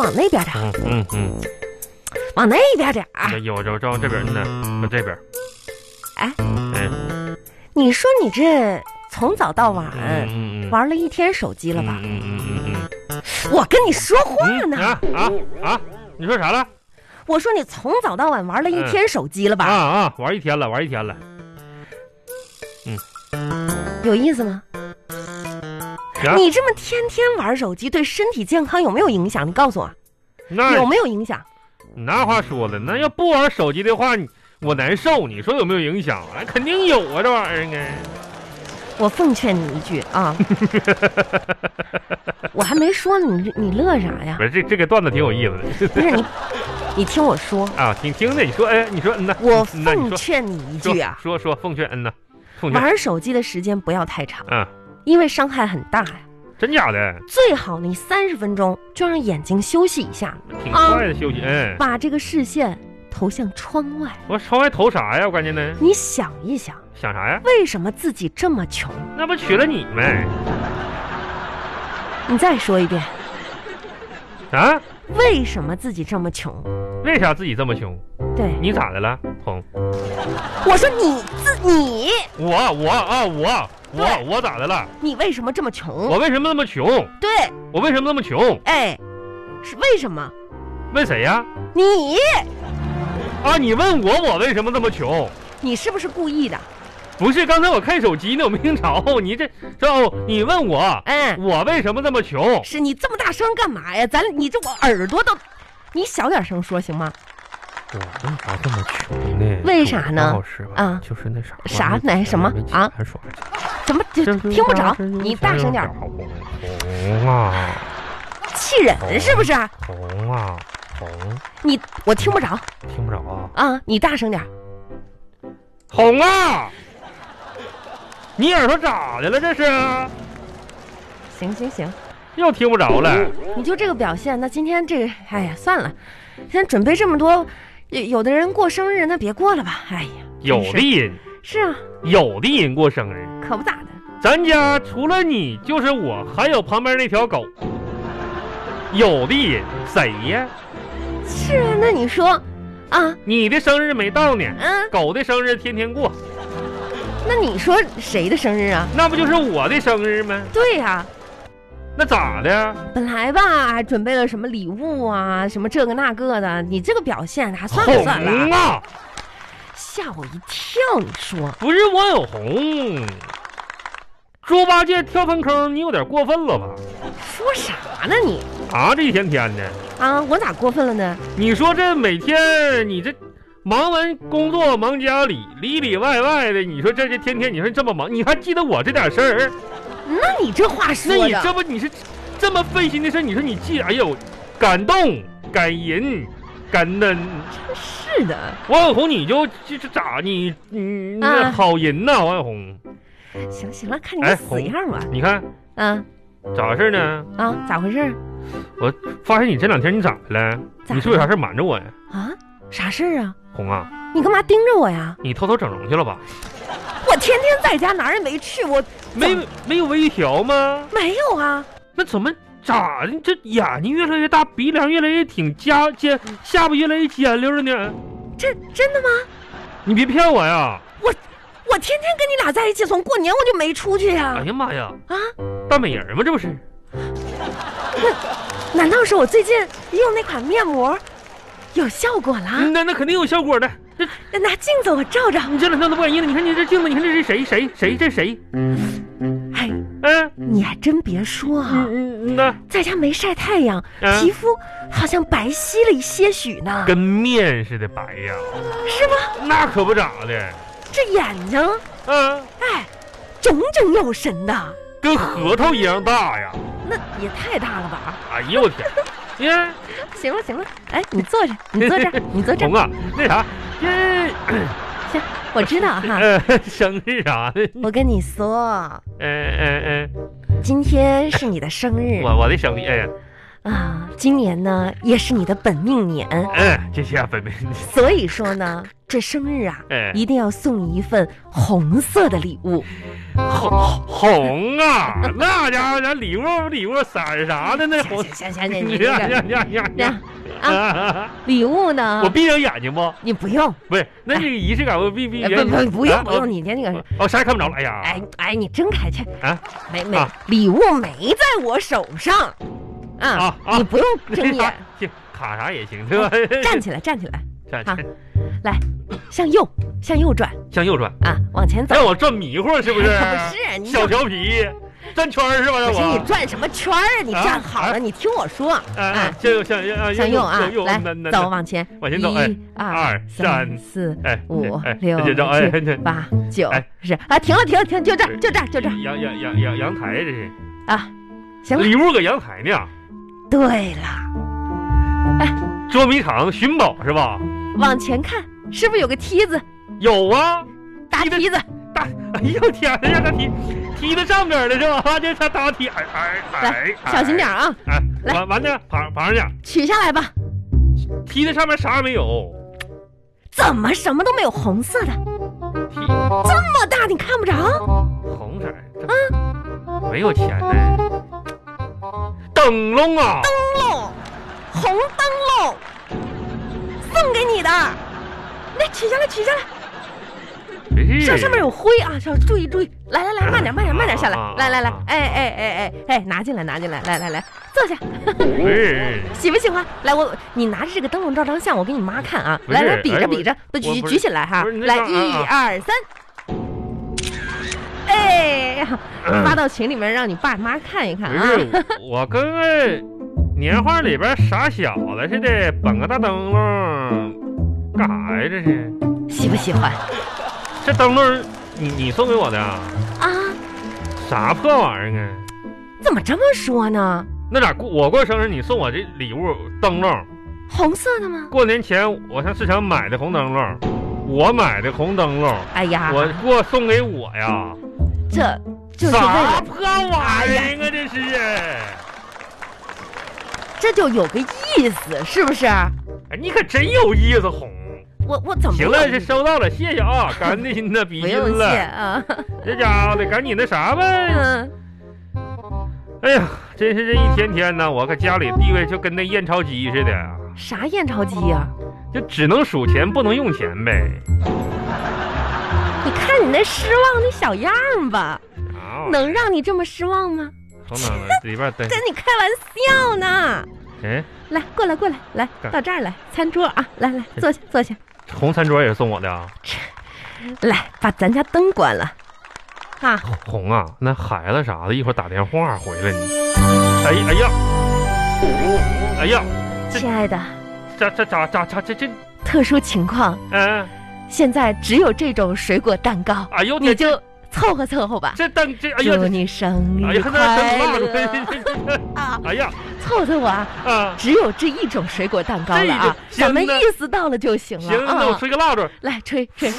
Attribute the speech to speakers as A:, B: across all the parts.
A: 嗯嗯嗯，
B: 往那边点儿。
A: 这有这照这边呢，这边，
B: 啊哎，
A: 嗯
B: 你说你这从早到晚、
A: 嗯嗯，
B: 玩了一天手机了吧？
A: 嗯嗯嗯嗯
B: 我跟你说话
A: 嗯，
B: 呢，
A: 啊啊啊！你说啥了？
B: 我说你从早到晚玩了一天手机了
A: 啊
B: 吧？
A: 啊，玩一天了，玩一天了，嗯
B: 有意思吗？
A: 行，
B: 你这么天天玩手机，对身体健康有没有影响？你告诉我，有
A: 那
B: 没有影响？
A: 那话说的，那要不玩手机的话，你我难受，你说有没有影响？啊？肯定有啊，这玩意儿应该。
B: 我奉劝你一句 啊，我还没说你，你乐啥呀
A: 不？是这这个段子挺有意思
B: 不 是你，你听我说，
A: 的啊，挺听的。你说，哎，你说，嗯呐，
B: 我
A: 嗯呐，你
B: 奉
A: 说
B: 劝你一
A: 说
B: 句啊，
A: 说说奉劝，嗯呐，奉劝，
B: 玩手机的时间不要太长，
A: 嗯，
B: 因为伤害很大呀。
A: 真假的，
B: 最好你三十分钟就让眼睛休息一下，
A: 挺快的休息，嗯，
B: 把这个视线投向窗外。
A: 我朝外投啥呀？我感觉呢，
B: 你想一想，
A: 想啥呀？
B: 为什么自己这么穷？
A: 那不娶了你们
B: 你再说一遍，
A: 啊？
B: 为什么自己这么穷？
A: 为啥自己这么穷？
B: 对，
A: 你咋的了，红？
B: 我说你自你，
A: 我我啊我我
B: 对嗯
A: 我咋的了？
B: 你为什么这么穷？
A: 我为什么那么穷？
B: 对，
A: 我为什么那么穷？
B: 哎，是为什么？
A: 问谁呀？
B: 你
A: 啊，你问我我为什么那么穷？
B: 你是不是故意的？
A: 不是，刚才我看手机呢，我没听着。你这这哦，你问我，
B: 哎，
A: 我为什么那么穷？
B: 是你这么大声干嘛呀？咱你这我耳朵都，你小点声说行吗？
A: 我为啥这么穷呢
B: 为啥呢
A: 老师吧
B: 啊
A: 就是那啥
B: 啥哪什么啊？
A: 还说
B: 怎么就听不
A: 啊
B: 着？你大声点儿，
A: 红啊
B: 气人是不是？
A: 红啊红，
B: 你我听不着
A: 听不着啊
B: 啊！你大声点儿，
A: 红啊！你耳朵咋的了？这是
B: 行行行，
A: 又听不着了。
B: 你就这个表现，那今天这个，哎呀，算了，先准备这么多，有有的人过生日，那别过了吧。哎呀，
A: 有的人，
B: 是啊，
A: 有的人过生日，
B: 可不咋的。
A: 咱家除了你就是我，还有旁边那条狗。有的人谁呀？
B: 是啊，那你说，啊，
A: 你的生日没到呢，
B: 嗯，
A: 狗的生日天天过，
B: 那你说谁的生日啊？
A: 那不就是我的生日吗？
B: 对呀、
A: 那咋的？
B: 本来吧还准备了什么礼物啊，什么这个那个的，你这个表现还算不算
A: 红
B: 了？
A: 啊！
B: 吓我一跳！你说
A: 不是网友红，猪八戒跳粪坑，你有点过分了吧？
B: 说啥呢你？
A: 啊，这一天天的，
B: 啊，我咋过分了呢？
A: 你说这每天你这忙完工作忙家里，里里外外的，你说这这天天你说这么忙，你还记得我这点事儿？
B: 那你这话
A: 那
B: 说
A: 你
B: 的，
A: 这不你是这么费心的事儿，你说你记，哎呦，感动、感人、感恩，
B: 是的。
A: 王小红你就这这咋你你那
B: 啊
A: 好人呐、王小红，
B: 行行了，看你
A: 哎
B: 个死
A: 红
B: 样吧。
A: 你看
B: 啊
A: 咋事儿呢？
B: 啊，咋回事儿
A: 发现你这两天你咋的了？
B: 咋
A: 你是不是有啥事儿瞒着我呀？
B: 啊？啥事儿啊？
A: 红啊，
B: 你干嘛盯着我呀？
A: 你偷偷整容去了吧？
B: 我天天在家哪儿也没去，我
A: 没没有微调吗？
B: 没有啊。
A: 那怎么咋的？这眼睛越来越大，鼻梁越来越挺，加尖下巴越来越尖溜了呢？
B: 这真的吗？
A: 你别骗我呀！
B: 我天天跟你俩在一起，从过年我就没出去呀、
A: 哎呀妈呀，
B: 啊，
A: 大美人儿吗？这不是？
B: 难道是我最近用那款面膜有效果了？
A: 嗯那那肯定有效果的。这
B: 拿镜子我照照。
A: 你这两天都不敢应了，你看你这镜子，你看这是谁谁谁这谁？
B: 哎，
A: 嗯
B: 你还真别说啊，
A: 嗯嗯，那
B: 在家没晒太阳，
A: 嗯
B: 皮肤好像白皙了一些许呢，
A: 跟面似的白呀，
B: 是吧？
A: 那可不咋的。
B: 这眼睛，
A: 嗯，
B: 哎，炯炯有神的，
A: 跟核桃一样大呀！
B: 那也太大了吧？
A: 哎呦我天！ 耶，
B: 行了行了，哎，你坐着，你坐这儿，你坐这儿
A: 红，啊，那啥，耶，
B: 我知道哈。
A: 呃， 生日啊啥的，
B: 我跟你说，
A: 嗯嗯嗯。
B: 今天是你的生日
A: 我我的兄弟，哎呀，
B: 啊，今年呢也是你的本命年，
A: 嗯，这下分明，
B: 所以说呢，这生日啊，
A: 哎，
B: 一定要送你一份红色的礼物。
A: 红红啊，那家伙，那礼物礼物色儿啥的那
B: 行
A: 红，
B: 行行行，你啊
A: 你
B: 这
A: 呀
B: 个
A: 呀呀呀
B: 这样
A: 呀，
B: 礼物呢
A: 我？闭上眼睛不？
B: 你不用，
A: 不是，那这个仪式感我闭闭
B: 哎
A: 眼
B: 不
A: 睛。
B: 不不
A: 啊
B: 用不用，。你的那个
A: 哦，哦啥也看不着了。哎呀，
B: 哎哎，你真开去
A: 啊！
B: 没没
A: 啊，
B: 礼物没在我手上，啊
A: 啊，啊哎
B: 你不用睁眼，
A: 行，卡啥也行，对吧？
B: 站起来，站起来，
A: 站
B: 好
A: 站
B: 向右，向右转
A: 向右转，
B: 啊，往前走。哎
A: 让我转迷糊哎是不是？
B: 不是你
A: 小
B: 就
A: 调皮，转圈儿是吧？让
B: 不是你
A: 我
B: 转什么圈儿啊？你
A: 啊
B: 站好
A: 啊
B: 了，你听我说
A: 啊
B: 啊，，
A: 向右向右啊
B: 向右啊
A: 向右，
B: 来
A: 那那
B: 走往前，
A: 往前走哎
B: 一二
A: 二
B: 三
A: 三
B: 四
A: 哎
B: 五
A: 哎
B: 六
A: 这这哎这
B: 七八九
A: 哎
B: 十啊，停了停了停了，就这儿就这儿就这儿
A: 阳阳阳阳阳台这是，
B: 啊，行了，
A: 礼物搁阳台呢，
B: 对了，
A: 捉迷藏寻宝是吧？
B: 往前看，是不是有个梯子？
A: 有啊，
B: 大
A: 梯子
B: 梯子，
A: 大， 哎呦天哪，让他踢踢到上边了是吧？ 这他搭梯，哎哎
B: 来
A: 哎，
B: 小心点儿啊，
A: 哎，
B: 来
A: 完完呢，爬爬上去，
B: 取下来吧。
A: 梯子上面啥也没有，
B: 怎么什么都没有？红色的，
A: 梯
B: 这么大你看不着？
A: 红色儿，这没有钱呢，灯笼啊，
B: 灯笼，红灯笼，送给你的。来，取下来，取下来。
A: 哎
B: 上上面有灰啊，要注意注意。来来来，慢点慢点慢点下来
A: 啊啊啊，
B: 来来来
A: 啊，
B: 哎哎哎哎哎，拿进来拿进来，来来来，坐下，
A: 哎
B: 喜不喜欢？来我，你拿着这个灯笼照张相，我给你妈看啊。
A: 不是
B: 来来，比
A: 哎
B: 着
A: 我
B: 比着，不
A: 我
B: 举
A: 不是
B: 举起来哈
A: 不是，你
B: 来
A: 那个
B: 一
A: 啊
B: 二三。哎呀，
A: 嗯
B: 发到群里面让你爸妈看一看
A: 不
B: 啊！
A: 是，哎我跟个年画里边傻小子似的，绑个大灯笼，干啥呀？这是，
B: 喜不喜欢
A: 这灯笼你你送给我的啊？
B: 啊？
A: 啥破玩意儿啊？
B: 怎么这么说呢？
A: 那咋过我过生日你送我这礼物灯笼？
B: 红色的吗？
A: 过年前我上市场买的红灯笼，我买的红灯笼，
B: 哎呀，
A: 我过送给我呀？
B: 这就是为
A: 啥
B: 了，
A: 破玩意儿啊？这是，
B: 这就有个意思，是不是？
A: 哎，你可真有意思，红。
B: 我我怎么
A: 行
B: 有
A: 了，
B: 意
A: 这
B: 思
A: 收到了，谢谢啊，赶 紧的，比
B: 不
A: 心
B: 用谢
A: 了。
B: 啊，
A: 这家伙得赶紧那啥呗！
B: 嗯，
A: 哎呀，真是这一天天呢，我搁家里地位就跟那验钞机似的，
B: 啥验钞机呀？
A: 就只能数钱不能用钱呗。
B: 你看你那失望的小样儿吧，
A: 啊，
B: 能让你这么失望吗？
A: 从哪儿里边
B: 跟
A: 对，
B: 你开玩笑呢。
A: 哎，
B: 来，过来过来，来
A: 干
B: 到这儿来，餐桌啊，来来坐下坐下，
A: 红餐桌也是送我的啊，
B: 来把咱家灯关了啊。
A: 红啊，那孩子啥的，一会儿打电话回来你。哎哎呀，哎呀，这
B: 亲爱的，
A: 咋咋咋咋咋这这，
B: 特殊情况，
A: 嗯，
B: 现在只有这种水果蛋糕，
A: 哎呦
B: 你
A: 天，
B: 就凑合凑合吧。
A: 这蛋这，哎呀，
B: 祝你生
A: 哎
B: 日
A: 呀，那
B: 快
A: 真
B: 乐
A: 蜡烛，
B: 啊！
A: 哎呀
B: 凑凑啊，
A: 啊，
B: 只有这一种水果蛋糕了啊，
A: 这
B: 咱
A: 个
B: 们
A: 行的
B: 意思到了就行
A: 行，
B: 了
A: 那我
B: 啊。
A: 吹个蜡烛
B: 来吹吹，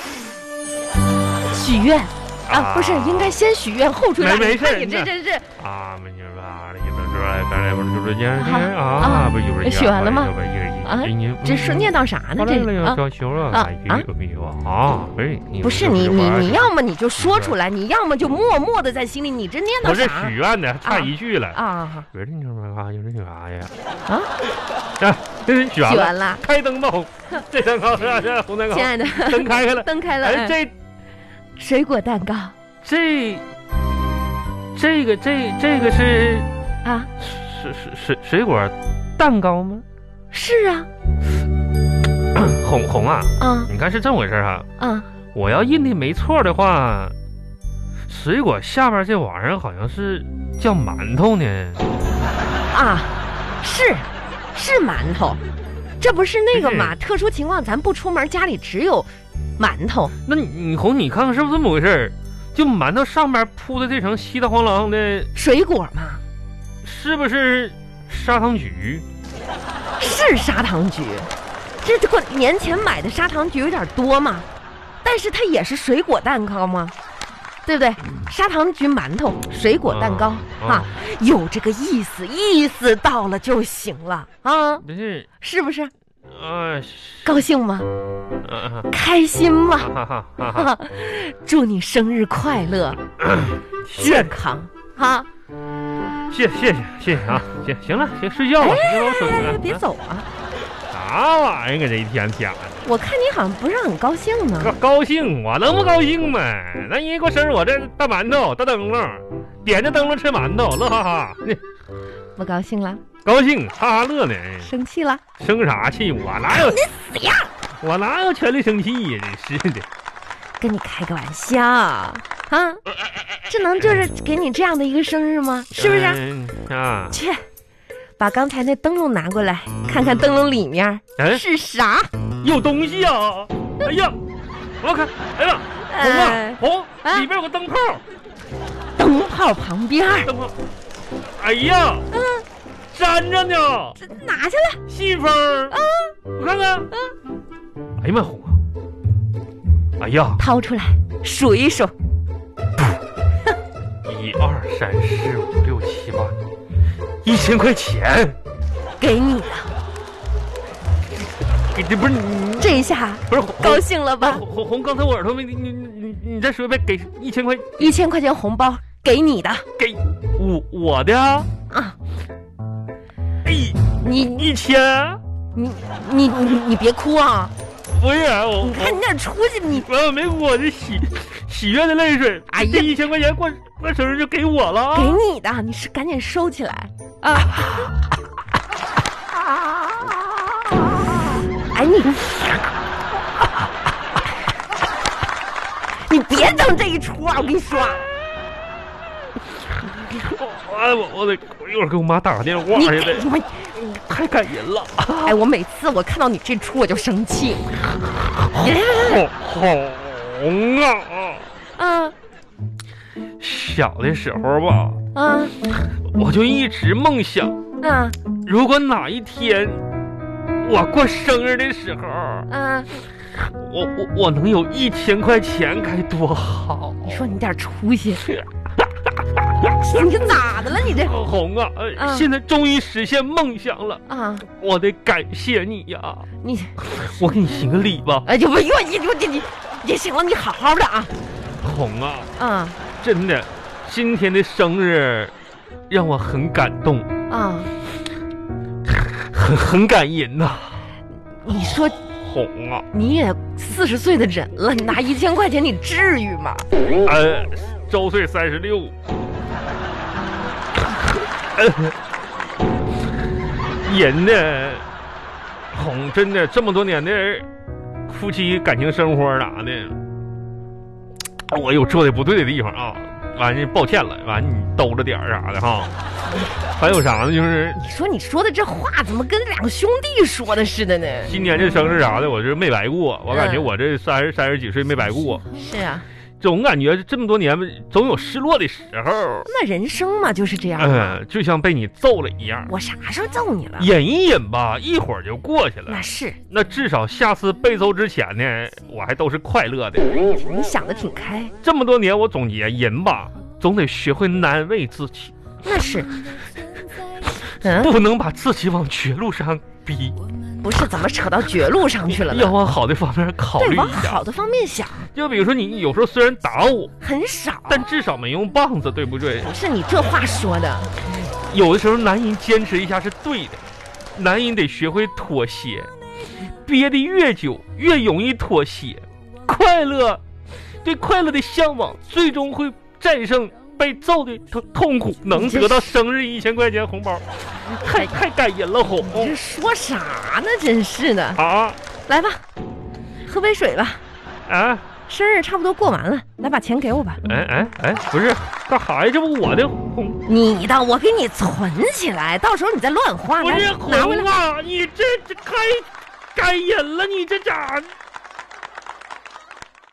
B: 许愿啊，不是应该先许愿后吹蜡烛？
A: 没没
B: 你看
A: 事
B: 你这
A: 那
B: 真是
A: 啊，美女吧，一轮转，咱俩不是就是这样的啊，不就是
B: 哎啊这说念叨啥呢？这是啊。
A: 装修了，啊，没有啊，嗯
B: 不
A: 不是
B: 是你你你要么你就说出来，你要么就默默的在心里，你这念
A: 不
B: 叨
A: 是
B: 啥
A: 许愿的，差一句了，
B: 啊？
A: 不是你说啥，就是那啥呀，
B: 啊，
A: 啊， 许
B: 许
A: 了，哎
B: 完了，
A: 开灯吧，这蛋糕这红蛋糕
B: 亲，爱的，
A: 灯开开了，
B: 灯开了，
A: 哎，
B: 哎
A: 这
B: 水果蛋糕
A: 这这个这这个是
B: 啊，
A: 水水水水果蛋糕吗？
B: 是啊，
A: 红红啊，
B: 啊
A: 你看是这么回事啊？
B: 啊，
A: 我要印的没错的话，水果下边这玩意儿好像是叫馒头呢。
B: 啊，是是馒头，这不是那个吗？
A: 不
B: 特殊情况咱不出门，家里只有馒头。
A: 那你你红，你看看是不是这么回事儿？就馒头上边铺的这层稀里哗啷的，
B: 水果嘛，
A: 是不是砂糖橘？
B: 是砂糖橘，这这过年前买的砂糖橘有点多嘛，但是它也是水果蛋糕嘛，对不对？砂糖橘馒头、水果蛋糕
A: 啊
B: 啊，有这个意思，意思到了就行了啊，
A: 不是，
B: 是不是？
A: 啊，
B: 高兴吗？
A: 啊
B: 开心吗？
A: 哈哈哈 哈！
B: 祝你生日快乐，
A: 谢
B: 健康啊！
A: 谢谢谢谢谢 啊，行行了，行睡觉吧，
B: 哎
A: 别老扯
B: 哎，
A: 犊
B: 别
A: 子，
B: 走啊！
A: 啥玩意儿搁这一天天的。
B: 我看你好像不是很高兴
A: 高
B: 呢。
A: 高兴，我能不高兴吗？那人家过生日，我这大馒头、大灯笼，点着灯笼吃馒头，乐哈哈，
B: 不高兴了，
A: 高兴，哈哈乐呢。
B: 生气了，哎
A: 生啥气？我哪有
B: 死样？
A: 我哪有权利生气呀？真是的，
B: 跟你开个玩笑啊！这能就是给你这样的一个生日吗？是不是？
A: 嗯啊，
B: 去，把刚才那灯笼拿过来，看看灯笼里面
A: 哎，
B: 是啥。
A: 有东西啊！哎呀，我看，哎呀，红啊
B: 哎，
A: 红，
B: 哎
A: 里边有个灯泡，
B: 灯泡旁边儿，
A: 灯泡，哎呀，
B: 啊嗯，
A: 粘着呢，
B: 这拿下来。
A: 信封儿，
B: 啊
A: 我看看，哎呀妈，红啊，哎呀。
B: 掏出来数一数，
A: 一二三四五六七八，一千块钱，
B: 给你的。
A: 给这不是你
B: 这一下
A: 不是红
B: 高兴了吧？
A: 红红红，刚才我耳朵没你你你你再说一遍，给一千块
B: 一千块钱红包给你的
A: 给我我的啊，
B: 啊！
A: 一
B: 你
A: 一千，
B: 你你你你别哭啊！
A: 不是我
B: 你看你点出息，你
A: 我我没哭，我这喜喜悦的泪水，
B: 哎呀
A: 这一千块钱过过生日就给我了
B: 给
A: 啊，
B: 你的，你是赶紧收起来啊！哎你，你别整这一出啊！我跟你说，
A: 我我我得我一会儿给我妈打个电话
B: 你
A: 去得，
B: 我
A: 太感人了，
B: 哎，我每次我看到你这出我就生气。
A: 好红啊！
B: 啊
A: 小的时候吧。
B: 啊
A: 我就一直梦想，
B: 啊
A: 如果哪一天我过生日的时候，
B: 啊！
A: 我我我能有一千块钱该多好！
B: 你说你点出息，你咋的了？你这
A: 小红啊，呃
B: 嗯
A: 现在终于实现梦想了，
B: 啊，
A: 我得感谢你呀、
B: 你
A: 我给你行个礼吧，
B: 哎就不用你你你你行了，你好好的啊
A: 红啊，
B: 啊
A: 真的，今天的生日让我很感动，
B: 啊！
A: 很很感人呐、
B: 你说
A: 红啊，
B: 你也四十岁的人了，你拿一千块钱，你至于吗？
A: 呃，周岁三十六。 人呢，哄真的这么多年的夫妻感情生活啥的，我有做的不对的地方啊，完了抱歉了，完了你兜着点儿啥的哈。还有啥呢？就是
B: 你说你说的这话怎么跟两个兄弟说的似的呢？
A: 今年这生日啥的，我这没白过，我感觉
B: 嗯
A: 我这三十三十几岁没白过，
B: 是啊，
A: 总感觉这么多年总有失落的时候。
B: 那人生嘛就是这样。
A: 嗯，就像被你揍了一样，
B: 我啥时候揍你了？
A: 忍一忍吧，一会儿就过去了
B: 那。是
A: 那至少下次被揍之前呢，我还都是快乐的。
B: 你想的挺开，
A: 这么多年，我总结人吧，总得学会难为自己，
B: 那 是。嗯，
A: 不能把自己往绝路上逼，
B: 不是怎么扯到绝路上去了呢？
A: 要往好的方面考虑
B: 对，往
A: 一下。
B: 好的方面想，
A: 就比如说，你有时候虽然打我，
B: 很少。
A: 但至少没用棒子，对不对？
B: 不是你这话说的，
A: 有的时候男人坚持一下是对的，男人得学会妥协，憋得越久越容易妥协。快乐，对快乐的向往，最终会战胜被揍的痛痛苦，能得到生日一千块钱红包，太太感人了，红
B: 你这说啥呢？真是的，
A: 啊
B: 来吧，喝杯水吧。
A: 啊！
B: 生日差不多过完了，来把钱给我吧。
A: 哎哎哎，不是干啥呀？这不我的红，
B: 你的我给你存起来，到时候你再乱花。
A: 不
B: 来
A: 是
B: 啊拿回
A: 红
B: 来。
A: 啊啊！你这这太感人了，你这咋？